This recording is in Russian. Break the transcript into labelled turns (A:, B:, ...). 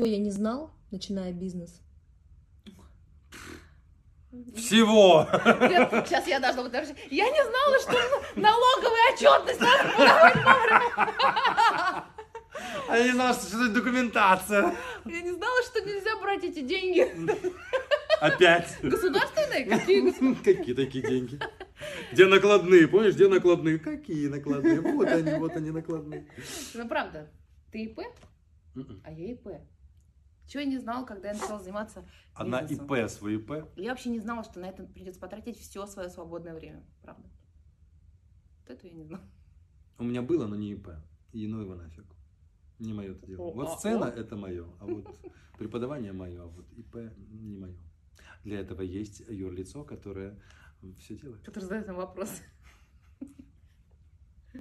A: Ну, я не знал, начиная бизнес?
B: Всего!
C: Сейчас я должна быть даже- Я не знала, что налоговая отчетность надо подавать вовремя.
B: А я не знал, что это документация.
C: Я не знала, что нельзя брать эти деньги.
B: Опять.
C: Государственные? Какие гос-
B: Какие такие деньги? Где накладные? Помнишь, где накладные? Какие накладные? Вот они, вот они накладные.
C: Ну правда, ты ИП,
B: М-м.
C: а я ИП. Чего я не знала, когда я начала заниматься
B: Она
C: бизнесом?
B: ИП, свой ИП.
C: Я вообще не знала, что на это придется потратить все свое свободное время. Правда. Вот это я не знала.
B: У меня было, но не ИП. И ну его нафиг. Не мое это дело.
C: О,
B: Вот
C: а,
B: сцена
C: о.
B: это мое, а вот преподавание мое, а вот ИП не мое. Для этого есть юрлицо, которое все делает.
C: Который задает нам вопрос.